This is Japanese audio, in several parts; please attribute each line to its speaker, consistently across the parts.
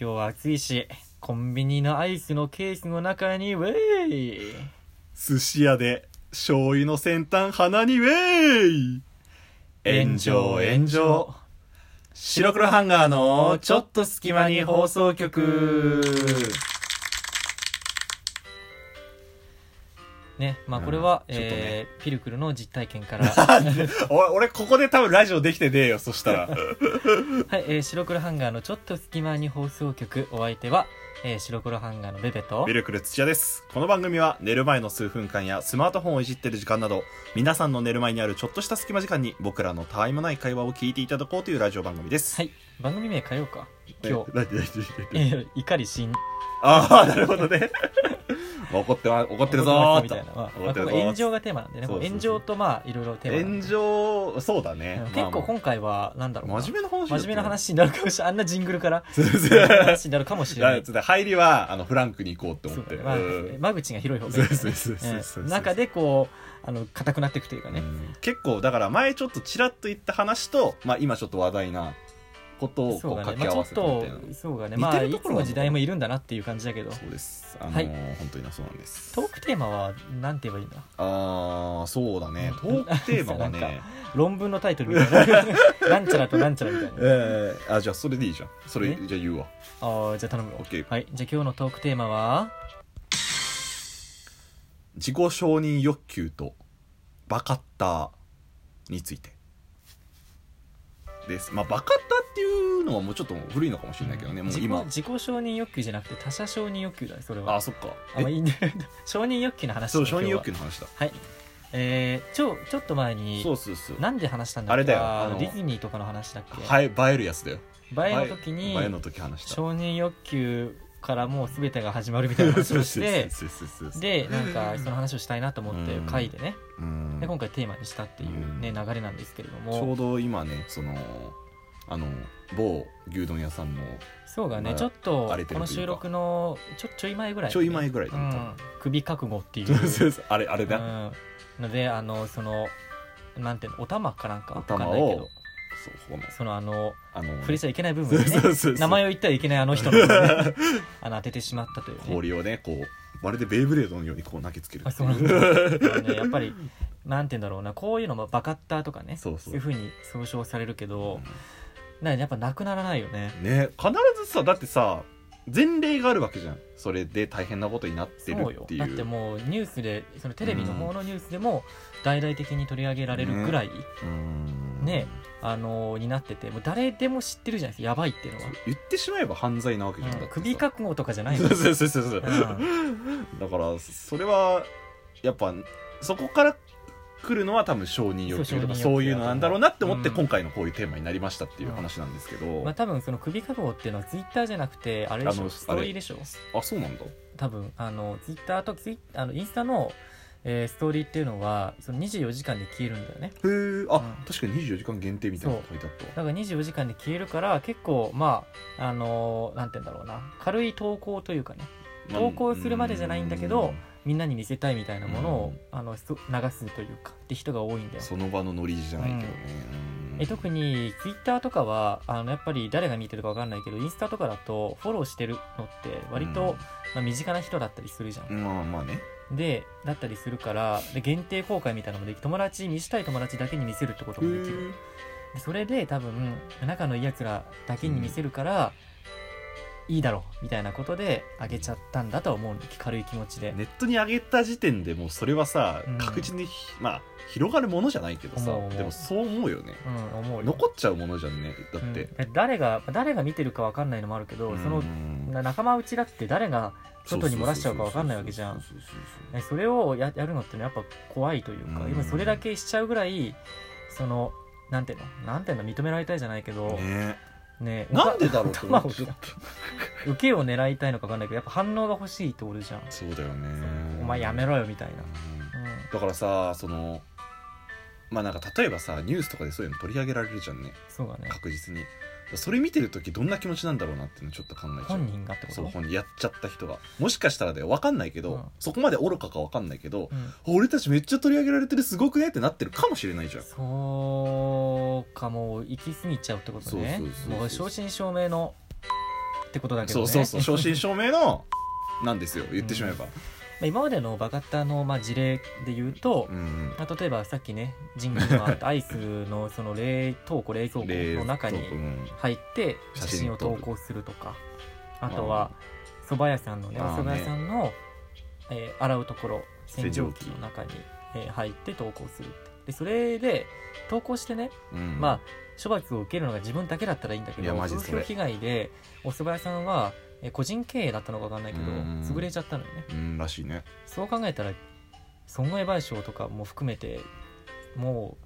Speaker 1: 今日は暑いしコンビニのアイスのケースの中にウェイ
Speaker 2: 寿司屋で醤油の先端鼻にウェイ炎上炎上白黒ハンガーのちょっと隙間に放送局
Speaker 1: ねまあこれは、
Speaker 2: うんちょっとね
Speaker 1: えーピルクルの実体験 からは
Speaker 2: あでお俺ここで多分ラジオできてねえよそしたら
Speaker 1: い、えー白黒ハンガーのちょっと隙間に放送局お相手は、えー白黒ハンガーのベベと
Speaker 2: ミルクル土屋ですこの番組は寝る前の数分間やスマートフォンをいじってる時間など皆さんの寝る前にあるちょっとした隙間時間に僕らのたわいもない会話を聞いていただこうというラジオ番組です、
Speaker 1: はい番組名変えようか今日
Speaker 2: え何何何何
Speaker 1: えー怒りしん
Speaker 2: ああ、なるほど ね。怒っては、怒ってるぞー
Speaker 1: みたいな、まあ、
Speaker 2: 怒ってるぞ
Speaker 1: まあここ炎上がテーマなんでね
Speaker 2: そうそうそう
Speaker 1: 炎上とまあいろいろテーマなん
Speaker 2: 炎
Speaker 1: で
Speaker 2: 上、そうだね。
Speaker 1: うん結構
Speaker 2: ま
Speaker 1: 今回はなんだろう
Speaker 2: あまあ
Speaker 1: な
Speaker 2: 真面目な話だったね。
Speaker 1: 真面目な話になるかも しれないあんなジングルから
Speaker 2: そうそう。
Speaker 1: 真面目な話になるかもしれ
Speaker 2: だ
Speaker 1: な
Speaker 2: から
Speaker 1: い
Speaker 2: ちょっと入りは、あの、フランクに行こうって
Speaker 1: そ
Speaker 2: 思って。
Speaker 1: うまあ
Speaker 2: うん
Speaker 1: 間口が広い方が
Speaker 2: そ
Speaker 1: いういです
Speaker 2: そう
Speaker 1: ね
Speaker 2: そうそうそう。
Speaker 1: うん中でこうあの硬くなっていくというか
Speaker 2: う
Speaker 1: ね
Speaker 2: ん結構、だから前ちょっとちらっと言った話と、まあ今ちょっと話題なことを
Speaker 1: そ
Speaker 2: こ
Speaker 1: う
Speaker 2: う
Speaker 1: がねま
Speaker 2: 掛け
Speaker 1: あち
Speaker 2: 合
Speaker 1: ょ
Speaker 2: わ
Speaker 1: っ
Speaker 2: せてみ
Speaker 1: と
Speaker 2: たいな。
Speaker 1: そうがね
Speaker 2: 似
Speaker 1: ま
Speaker 2: て
Speaker 1: あ
Speaker 2: る
Speaker 1: い
Speaker 2: とこ
Speaker 1: つ
Speaker 2: ろなのかな
Speaker 1: の時代もいるんだなっていう感じだけど
Speaker 2: そうです。あの
Speaker 1: はい
Speaker 2: ー、本当にそうなんです。
Speaker 1: トークテーマはなんて言えばいいんだ
Speaker 2: ああ、そうだね。トークテーマは
Speaker 1: なん
Speaker 2: ね
Speaker 1: か。 論文のタイトルみたいななんちゃらとなんちゃらみたいな
Speaker 2: えー、あじゃあそれでいいじゃんそれ
Speaker 1: え
Speaker 2: じゃあ言うわ
Speaker 1: あーじゃあ頼むよ
Speaker 2: OK
Speaker 1: はいじゃあ今日のトークテーマは
Speaker 2: 自己承認欲求とバカッターについてですまあバカッターっていうのはもうちょっと古いのかもしれないけどね、もう
Speaker 1: 自己
Speaker 2: 今
Speaker 1: 自己承認欲求じゃなくて他者承認欲求だねそれは
Speaker 2: あそっか
Speaker 1: あまあいいんだけど 承認欲求の話
Speaker 2: そう承認欲
Speaker 1: 求
Speaker 2: 求の話だ
Speaker 1: はいえー、ちょちょっと前に
Speaker 2: そうそうそう
Speaker 1: なんで話したんだっけ
Speaker 2: あれだよあ
Speaker 1: あ
Speaker 2: の
Speaker 1: のディズニーとかの話だっけ、
Speaker 2: はい映えるやつだよ
Speaker 1: 前の時に
Speaker 2: 映えの時話した
Speaker 1: 承認欲求からもう全てが始まるみたいな話をして
Speaker 2: そうそうそうそう
Speaker 1: でなんかその話をしたいなと思って
Speaker 2: うん
Speaker 1: 回でね
Speaker 2: うん
Speaker 1: で今回テーマにしたっていうね
Speaker 2: うん
Speaker 1: 流れなんですけれど
Speaker 2: ちょう
Speaker 1: も
Speaker 2: ど今ねそのあの某牛丼屋さんの
Speaker 1: そうがね
Speaker 2: まあ
Speaker 1: ちょっと
Speaker 2: 荒れてるとい
Speaker 1: こ
Speaker 2: うか
Speaker 1: の収録のちょちょい前ぐらい
Speaker 2: ちょい前ぐらいだ
Speaker 1: う
Speaker 2: ね
Speaker 1: ん首覚悟ってい
Speaker 2: そううそうそうあれあれだ、
Speaker 1: うん、のであのそのなんていうのお玉かなんか
Speaker 2: お
Speaker 1: わかん
Speaker 2: 玉を
Speaker 1: ないけど
Speaker 2: そうこの
Speaker 1: そのあの
Speaker 2: あの
Speaker 1: 触れちゃいけない部
Speaker 2: そ
Speaker 1: 分
Speaker 2: う
Speaker 1: に
Speaker 2: そう
Speaker 1: ね
Speaker 2: そうそう
Speaker 1: 名前を言ったらいけないあの人の、 ね、あの当ててしまったという、ね、
Speaker 2: 氷をねこうまるでベイブレードのようにこう投げつける
Speaker 1: あ
Speaker 2: って
Speaker 1: そ
Speaker 2: いう
Speaker 1: なん
Speaker 2: う
Speaker 1: だ、 ね、やっぱりなんて言うんだろうなこういうのもバカッターとかね
Speaker 2: そうそう
Speaker 1: いうふうに総称されるけどなんかやっぱなくならないよね
Speaker 2: ね必ずさだってさ前例があるわけじゃんそれで大変なことになってる
Speaker 1: そう
Speaker 2: っ
Speaker 1: よ
Speaker 2: てい
Speaker 1: だ
Speaker 2: う
Speaker 1: ってもうニュースでそのテレビの方のニュースでも大々的に取り上げられるぐらい、
Speaker 2: うーん
Speaker 1: ねあのになっててもう誰でも知ってるじゃないですかやばいっていうのは
Speaker 2: そう言ってしまえば犯罪なわけじゃん、だ
Speaker 1: う
Speaker 2: っ
Speaker 1: ん
Speaker 2: てさ
Speaker 1: 首覚悟とかじゃない
Speaker 2: そ
Speaker 1: の
Speaker 2: うそうそうそうそう
Speaker 1: う
Speaker 2: だからそれはやっぱそこから来るのは多分承認欲求と
Speaker 1: そう承認欲
Speaker 2: か
Speaker 1: 求
Speaker 2: そういうのなんだろうなって思って
Speaker 1: うん
Speaker 2: 今回のこういうテーマになりましたっていう話なんですけど、
Speaker 1: まあ多分その首覚悟っていうのはツイッターじゃなくてあれでし
Speaker 2: あの
Speaker 1: ょストーリーでしょ
Speaker 2: あそうなんだ
Speaker 1: 多分あのツイッターとツイあのインスタの、えーストーリーっていうのはその24時間で消えるんだよね
Speaker 2: へえあ、
Speaker 1: うん
Speaker 2: 確かに24時間限定みたいなの書いてあったわ
Speaker 1: だから24時間で消えるから結構まああのーなんて言うんだろうな軽い投稿というかね
Speaker 2: まあ
Speaker 1: 投稿するまでじゃないんだけどみんなに見せたいみたいなものを、
Speaker 2: うん
Speaker 1: あのそ流すというかって人が多いんだ
Speaker 2: うん
Speaker 1: よ
Speaker 2: その場のノリじゃないけどね、うん
Speaker 1: え特にツイッターとかはあのやっぱり誰が見てるか分かんないけどインスタとかだとフォローしてるのって割と、
Speaker 2: うん
Speaker 1: まあ、身近な人だったりするじゃん、
Speaker 2: まあまあね
Speaker 1: でだったりするからで限定公開みたいなのもでき友達見したい友達だけに見せるってこともできるでそれで多分仲のいいやつらだけに見せるから、いいだろうみたいなことであげちゃったんだとは思うんだ軽い気持ちで
Speaker 2: ネットに上げた時点でもうそれはさ、
Speaker 1: うん
Speaker 2: 確実にひまあ広がるものじゃないけどさ
Speaker 1: 思う思う
Speaker 2: でもそう思うよね
Speaker 1: うん思うよ
Speaker 2: 残っちゃうものじゃんねだって、
Speaker 1: うん誰が誰が見てるか分かんないのもあるけど、その
Speaker 2: うん
Speaker 1: な仲間内だって誰が外に漏らしちゃうか分かんないわけじゃん
Speaker 2: そうそう
Speaker 1: ねそれをややるのってねやっぱ怖いというか、
Speaker 2: うん
Speaker 1: 今それだけしちゃうぐらいそのなんていうのなんていうの認められたいじゃないけ
Speaker 2: そうそ
Speaker 1: ど
Speaker 2: う、ね
Speaker 1: ね
Speaker 2: えなんでだろう
Speaker 1: お
Speaker 2: と
Speaker 1: か
Speaker 2: 思
Speaker 1: まあ
Speaker 2: って
Speaker 1: 受
Speaker 2: ちょっと
Speaker 1: けを狙いたいのか分かんないけどやっぱ反応が欲しいって俺じゃん、
Speaker 2: そうだよね
Speaker 1: お前やめろよみたい
Speaker 2: うん
Speaker 1: な、うん
Speaker 2: だからさそのまあなんか例えばさニュースとかでそういうの取り上げられるじゃんね
Speaker 1: そうだね
Speaker 2: 確実にそれ見てる時どんな気持ちなんだろうなっていうのちょっと考えちゃう
Speaker 1: 本人がってこ
Speaker 2: そう
Speaker 1: と
Speaker 2: 本人やっちゃった人がもしかしたらだよ分かんないけど、
Speaker 1: うん
Speaker 2: そこまで愚かか分かんないけど、
Speaker 1: うん
Speaker 2: 俺たちめっちゃ取り上げられてるすごくねってなってるかもしれないじゃん
Speaker 1: そうかもう行き過ぎちゃうってことね
Speaker 2: そうそうそうそう
Speaker 1: もう正真正銘のってことだけど
Speaker 2: そ
Speaker 1: ね
Speaker 2: うそうそう正真正銘のなんですよ言ってしまえば、
Speaker 1: まあ今までのバカッターのまあ事例で言うと、
Speaker 2: うん
Speaker 1: まあ例えばさっきねジングルのあったアイスのその冷凍庫冷蔵庫の中に
Speaker 2: 冷凍庫うん
Speaker 1: 入って
Speaker 2: 写真
Speaker 1: 写真を投稿するとかあとは蕎麦屋さんのねお
Speaker 2: あーね
Speaker 1: 蕎麦屋さんの、えー洗うところ洗
Speaker 2: 洗
Speaker 1: 浄
Speaker 2: 浄
Speaker 1: 機
Speaker 2: 機
Speaker 1: の中に、えー入って投稿するでそれで投稿してね、
Speaker 2: うん
Speaker 1: まあ処罰を受けるのが自分だけだったらいいんだけ
Speaker 2: い
Speaker 1: ど
Speaker 2: やマジ
Speaker 1: 風
Speaker 2: それ
Speaker 1: 評被害でお蕎麦屋さんは、えー個人経営だったのか分かんないけど
Speaker 2: うん
Speaker 1: 潰れちゃったのよね
Speaker 2: うんらしいね
Speaker 1: そう考えたら損害賠償とかも含めても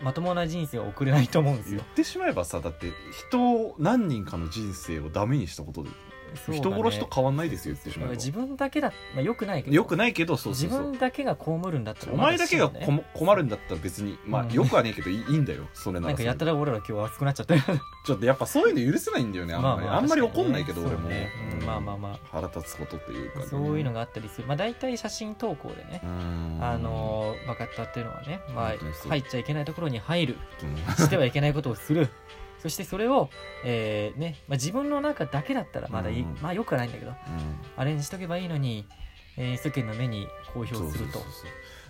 Speaker 1: うまともな人生を送れないと思うんです
Speaker 2: 言っ
Speaker 1: よ
Speaker 2: てしまえばさだって人を何人かの人生をダメにしたことで、
Speaker 1: そう
Speaker 2: 人
Speaker 1: だね
Speaker 2: 殺しと変わんないですよ言ってし
Speaker 1: だ
Speaker 2: ま
Speaker 1: から
Speaker 2: え
Speaker 1: 自
Speaker 2: ば
Speaker 1: 分だけだ、まあ、よくないけど
Speaker 2: よくないけどそうそう
Speaker 1: 自
Speaker 2: そう
Speaker 1: 分だけが被るんだったら
Speaker 2: お
Speaker 1: ま
Speaker 2: 前だ
Speaker 1: し
Speaker 2: け
Speaker 1: いよ
Speaker 2: が
Speaker 1: ね
Speaker 2: こも困るんだったら別にま
Speaker 1: うん
Speaker 2: あよくはねえけどいいいいんだよそれ
Speaker 1: な
Speaker 2: な
Speaker 1: ん
Speaker 2: ら
Speaker 1: か
Speaker 2: そ
Speaker 1: や
Speaker 2: れ
Speaker 1: たら俺ら今日熱くなっちゃったよ
Speaker 2: ちょっとやっぱそういうの許せないんだよねあんまり、あんまり
Speaker 1: 確かに
Speaker 2: 怒
Speaker 1: ね
Speaker 2: んないけど俺も、
Speaker 1: そうねうんまあまあ
Speaker 2: あ
Speaker 1: ま
Speaker 2: 腹立つことっていうか
Speaker 1: あ
Speaker 2: ね、
Speaker 1: そういうのがあったりするまあ大体写真投稿でね
Speaker 2: うん
Speaker 1: あのバカッタっていうのはね、ま
Speaker 2: 本当に
Speaker 1: あ、
Speaker 2: そう
Speaker 1: 入っちゃいけないところに入る
Speaker 2: うん
Speaker 1: してはいけないことをする そしてそれを、えーねまあ、自分の中だけだったらまだいい、
Speaker 2: うん
Speaker 1: まあよくはないんだけど
Speaker 2: うん
Speaker 1: あれにしとけばいいのに、えー世間の目に公表すると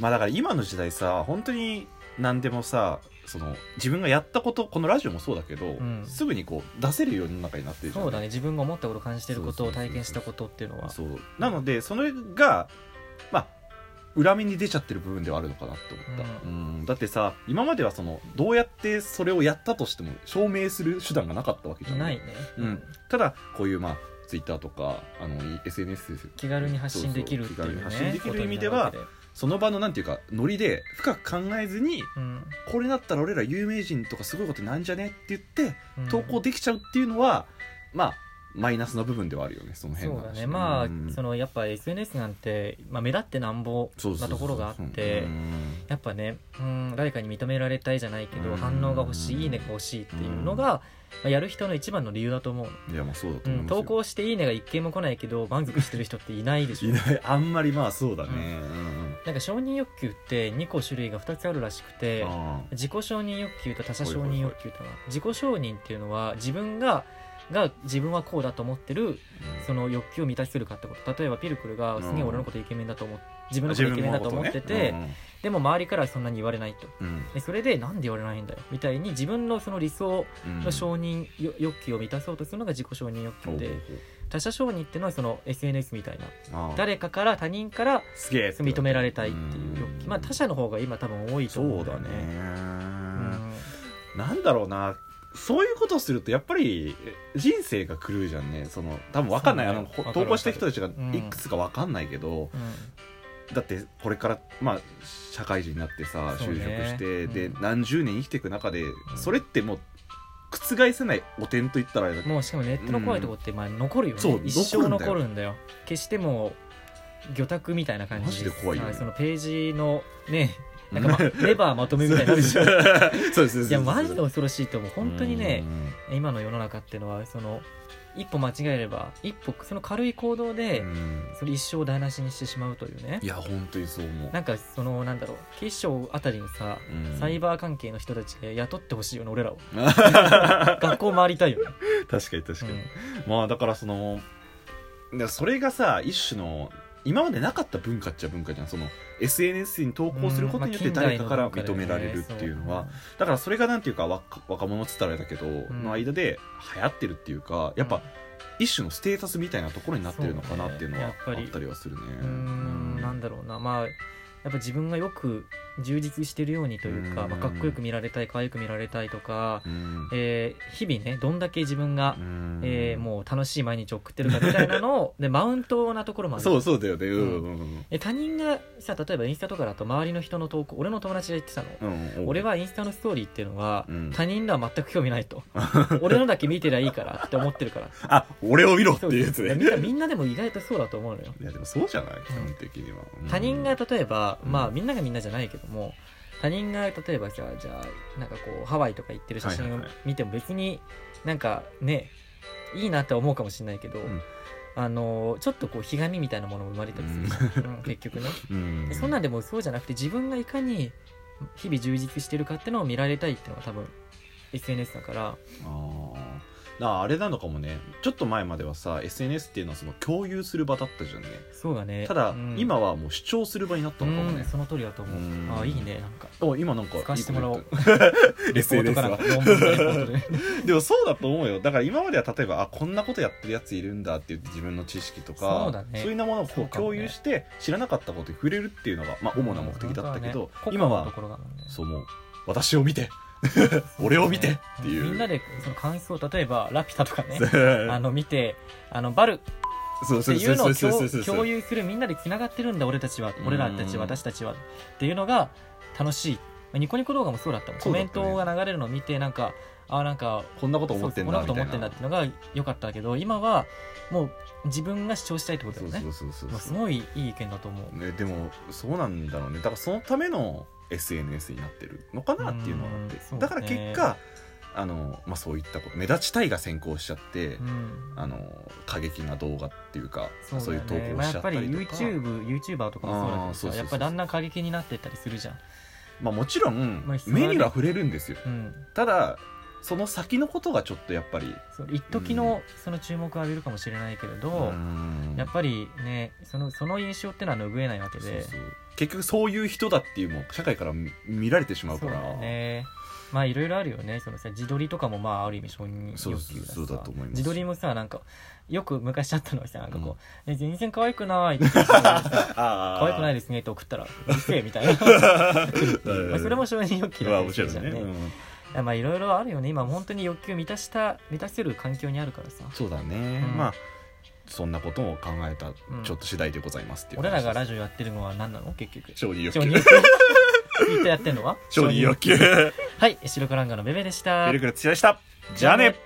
Speaker 2: まあだから今の時代さ本当に何でもさその自分がやったことこのラジオもそうだけど、
Speaker 1: ん
Speaker 2: すぐにこう出せる世の中になってるじゃん
Speaker 1: そうだね自分が思ったこと感じてること
Speaker 2: そう
Speaker 1: を
Speaker 2: そうそうそう
Speaker 1: 体験したことっていうのは
Speaker 2: そうなのでそれがまあ裏目に出ちゃってる部分ではあるのかなって思った、うんだってさ今まではそのどうやってそれをやったとしても証明する手段がなかったわけじゃん
Speaker 1: ないね、
Speaker 2: うん、ただこういうまあツイッターとかあのい SNS ですよ
Speaker 1: 気軽に発信できるっていう,、ね、
Speaker 2: そうそう気軽に発信できる意味で
Speaker 1: こ
Speaker 2: は
Speaker 1: とになるわ
Speaker 2: その場のなんていうかノリで深く考えず
Speaker 1: け
Speaker 2: に
Speaker 1: でうん
Speaker 2: これだったら俺ら有名人とかすごいことになんじゃねって言って
Speaker 1: うん
Speaker 2: 投稿できちゃうっていうのは、まあマイナスな部分ではあるよねその辺
Speaker 1: そ
Speaker 2: の
Speaker 1: うだ
Speaker 2: 話
Speaker 1: ねまあ、
Speaker 2: うん
Speaker 1: そのやっぱ SNS なんて、まあ、目立ってなんぼ
Speaker 2: そうそう
Speaker 1: な
Speaker 2: そう
Speaker 1: ところがあって
Speaker 2: うん
Speaker 1: やっぱねうん誰かに認められたいじゃないけど
Speaker 2: うん
Speaker 1: 反応が欲しいいいねが欲しいっていうのが、まあ、やる人の一番の理由だと思うの、
Speaker 2: いやまあそうだと
Speaker 1: う
Speaker 2: 思い
Speaker 1: ん、
Speaker 2: ますよ
Speaker 1: 投稿して「いいね」が一件も来ないけど満足してる人っていないでしょ
Speaker 2: いないあんまりまあそうだね、うん
Speaker 1: なんか承認欲求って2個種類が2つあるらしくて
Speaker 2: あ
Speaker 1: 自己承認欲求と他者承認欲求というのは自己承認っていうのは自分がが自分はこうだと思ってるその欲求を満たせるかってこと例えばピルクルが
Speaker 2: うん
Speaker 1: すげえ俺のことイケメンだと思って自分
Speaker 2: あ
Speaker 1: のことイケメンだと思ってて、
Speaker 2: 自分のこ
Speaker 1: でも周りからはそんなに言われないと
Speaker 2: とねうんうん
Speaker 1: でそれでなんで言われないんだよみたいに自分のその理想
Speaker 2: うん
Speaker 1: の承認よ欲求を満たそうとするのが自己承認欲求で他者承認っていうのはその SNS みたいな
Speaker 2: ああ
Speaker 1: 誰かから他人から
Speaker 2: すげえって
Speaker 1: 認められたいっていう欲求まあ他者の方が今多分多いと思
Speaker 2: そうう
Speaker 1: だ
Speaker 2: んだ
Speaker 1: よ
Speaker 2: ね、
Speaker 1: ねうん
Speaker 2: なんだろうなそういうことをするとやっぱりえ人生が狂うじゃんねその多分分かんない、
Speaker 1: そう
Speaker 2: あ
Speaker 1: ね
Speaker 2: のほ
Speaker 1: わかる
Speaker 2: 投稿した人たちが
Speaker 1: ん
Speaker 2: いくつか分かんないけど、
Speaker 1: うん
Speaker 2: だってこれから、まあ、社会人になってさ
Speaker 1: そう
Speaker 2: 就
Speaker 1: ね
Speaker 2: 職して、で
Speaker 1: うん
Speaker 2: 何十年生きていく中で、それってもう覆せない汚点と言ったらあれだけど
Speaker 1: もうしかもネットの怖いとこってまあ残るよね、
Speaker 2: そう
Speaker 1: 一生
Speaker 2: 残
Speaker 1: 残
Speaker 2: る
Speaker 1: るんだよ決してもう魚拓みたいな感じ
Speaker 2: マジで怖いよね
Speaker 1: はそのページのねなんか、ま、レバーまとめみたいになるじゃん
Speaker 2: そうですそうです
Speaker 1: いやマジで恐ろしいと思う本当にね
Speaker 2: うん
Speaker 1: 今の世の中ってのはその一歩間違えれば一歩その軽い行動で
Speaker 2: うん
Speaker 1: それ一生台無しにしてしまうというね
Speaker 2: いや本当にそう思う
Speaker 1: なんかそのなんだろう警視庁あたりにさ
Speaker 2: うん
Speaker 1: サイバー関係の人たちで雇ってほしいよね俺らを学校回りたいよね、
Speaker 2: 確かに確
Speaker 1: う
Speaker 2: かに、
Speaker 1: ん
Speaker 2: まあだからそのだそれがさ一種の今までなかった文化っちゃ文化じゃんその SNS に投稿することによって
Speaker 1: うんまあ
Speaker 2: 誰かから
Speaker 1: 近代の
Speaker 2: 認め
Speaker 1: 文化
Speaker 2: ら
Speaker 1: だよね
Speaker 2: れるっていうの
Speaker 1: そ
Speaker 2: はだからそれがなんていうか若若者っつったらあれだけど
Speaker 1: ん
Speaker 2: の間で流行ってるっていうかやっぱ一種のステータスみたいなところになってるのかなっていうのは
Speaker 1: そうねやっ
Speaker 2: あっ
Speaker 1: ぱり
Speaker 2: たりはするね
Speaker 1: うーんなんだろうなまあやっぱ自分がよく充実してるようにというか、
Speaker 2: うん
Speaker 1: まあ、かっこよく見られたい可愛く見られたいとか、
Speaker 2: うん
Speaker 1: えー日々ねどんだけ自分が
Speaker 2: う、ん
Speaker 1: えーもう楽しい毎日を送ってるかみたいな のをでマウントなところもある
Speaker 2: そうそうだよねうんんうん
Speaker 1: え他人がさ例えばインスタとかだと周りの人の投稿俺の友達が言ってたの、
Speaker 2: うんうん
Speaker 1: 俺はインスタのストーリーっていうのは、
Speaker 2: うん
Speaker 1: 他人らは全く興味ない と俺のだけ見てりゃいいからって思ってるから
Speaker 2: あ俺を見ろって
Speaker 1: そう
Speaker 2: いうやつね
Speaker 1: みんなみんなでも意外とそうだと思うのよ
Speaker 2: いやでもそうじゃない基本的には、うん
Speaker 1: 他人が例えば、
Speaker 2: うん
Speaker 1: まあみんながみんなじゃないけども他人が例えばさじゃあなんかこうハワイとか行ってる写
Speaker 2: はい
Speaker 1: 真
Speaker 2: は
Speaker 1: を
Speaker 2: いはい
Speaker 1: 見ても別になんかねいいなって思うかもしれないけど、
Speaker 2: ん
Speaker 1: あのちょっとこうひがみみたいなものも生まれたりする、うん結局ね
Speaker 2: うん
Speaker 1: でそんなんでもそうじゃなくて自分がいかに日々充実してるかってのを見られたいっていうのが多分 SNS だから
Speaker 2: あーああれなのかもねちょっと前まではさ SNS っていうのはその共有する場だったじゃんね
Speaker 1: そうだね
Speaker 2: ただ、
Speaker 1: うん
Speaker 2: 今はもう主張する場になった
Speaker 1: う
Speaker 2: のかもね
Speaker 1: ん、その通りだと思
Speaker 2: うん
Speaker 1: うあいいねなんか
Speaker 2: あ今なんかいい
Speaker 1: 使わせてもらおう
Speaker 2: こと言っ
Speaker 1: レポー ト
Speaker 2: SNS
Speaker 1: から
Speaker 2: は
Speaker 1: の論文のレポートで
Speaker 2: たでもそうだと思うよだから今までは例えばあこんなことやってるやついるんだって言って自分の知識とか
Speaker 1: そうだね
Speaker 2: いうようなものをこ
Speaker 1: そううかも
Speaker 2: 共
Speaker 1: ね
Speaker 2: 有して、知らなかったことに触れるっていうのが、まあ、主な目的だったけど、今
Speaker 1: と
Speaker 2: は
Speaker 1: ころだもんね
Speaker 2: そう思う私を見て俺を見てっていう
Speaker 1: みんなでその感想例えば「ラピュタ」とかねあ
Speaker 2: あ
Speaker 1: の見てあのバルっ
Speaker 2: そう
Speaker 1: て
Speaker 2: そう
Speaker 1: い
Speaker 2: そう
Speaker 1: うの
Speaker 2: そ
Speaker 1: を
Speaker 2: うそうそ
Speaker 1: 共
Speaker 2: うそう
Speaker 1: 共有するみんなでつながってるんだ俺たちは
Speaker 2: うん
Speaker 1: 俺らたち私たちはっていうのが楽しいまあニコニコ動画もそうだったもん
Speaker 2: そ
Speaker 1: コ
Speaker 2: うだ
Speaker 1: メ
Speaker 2: っ
Speaker 1: ン
Speaker 2: たね
Speaker 1: トが流れるのを見てなんかあーなんか
Speaker 2: こんなこと思ってんだ
Speaker 1: そうこんなこと思ってんだ
Speaker 2: み
Speaker 1: ったていうのが良かったけど今はもう自分が主張したいってことだ
Speaker 2: い
Speaker 1: よ
Speaker 2: な
Speaker 1: ね
Speaker 2: そうそうそう
Speaker 1: まあ
Speaker 2: そ
Speaker 1: す
Speaker 2: う
Speaker 1: ごいいい意見だと思う
Speaker 2: ね、でもそうなんだろうねだからそのための SNS になってるのかなっていうのはあって、
Speaker 1: うんそうね
Speaker 2: だから結果あの、まあ、そういったこと目立ちたいが先行しちゃって、
Speaker 1: うん
Speaker 2: あの過激な動画っていうかそう,、
Speaker 1: だ
Speaker 2: い
Speaker 1: よ
Speaker 2: う投
Speaker 1: ね
Speaker 2: 稿をしちゃったりとか、ま
Speaker 1: まあ、やっ
Speaker 2: あ、
Speaker 1: ぱり YouTubeYouTuber とかもそうだけ
Speaker 2: あーそ
Speaker 1: ど
Speaker 2: うそうそうそう
Speaker 1: さやっぱだんだん過激になってったりするじゃん
Speaker 2: もちろん、
Speaker 1: まあ必要だね
Speaker 2: 目には触れるんですよ
Speaker 1: うん
Speaker 2: ただその先のことがちょっとやっぱり
Speaker 1: そう一時のその注目を浴びるかもしれないけれど、
Speaker 2: うん
Speaker 1: やっぱりねそのその印象ってのは拭えないわけで
Speaker 2: そうそう結局そういう人だっていうもう社会から見見られてしまうか
Speaker 1: そうだ
Speaker 2: ら
Speaker 1: よねまあいろいろあるよねそのさ自撮りとかもまあある意味承認欲求だしさ
Speaker 2: そうそうそうだと思います
Speaker 1: 自撮りもさなんかよく昔あったのはさなんかこう、え全然可愛くないって言ってさ
Speaker 2: あー
Speaker 1: 可愛く ないですねって送ったらうるせえみたいな来るって いうまあそれも承認欲求
Speaker 2: ま
Speaker 1: だ
Speaker 2: あ
Speaker 1: っ
Speaker 2: も
Speaker 1: た
Speaker 2: ちろ
Speaker 1: り
Speaker 2: ん
Speaker 1: する
Speaker 2: ね、
Speaker 1: じゃん
Speaker 2: う
Speaker 1: ね
Speaker 2: ん
Speaker 1: いやまあいろいろあるよね今本当に欲求満たした満たせる環境にあるからさ
Speaker 2: そうだね、
Speaker 1: うん
Speaker 2: まあそんなことも考えた
Speaker 1: ん
Speaker 2: ちょっと次第でございますっていう
Speaker 1: 俺らがラ
Speaker 2: ジ
Speaker 1: ジオやってるのは何なの結局
Speaker 2: 承認欲
Speaker 1: 承認
Speaker 2: 求
Speaker 1: 欲求 ツイッターやってんのは
Speaker 2: 承認欲求
Speaker 1: はい白カランガのベベでした
Speaker 2: ベルクル強でしたじゃあね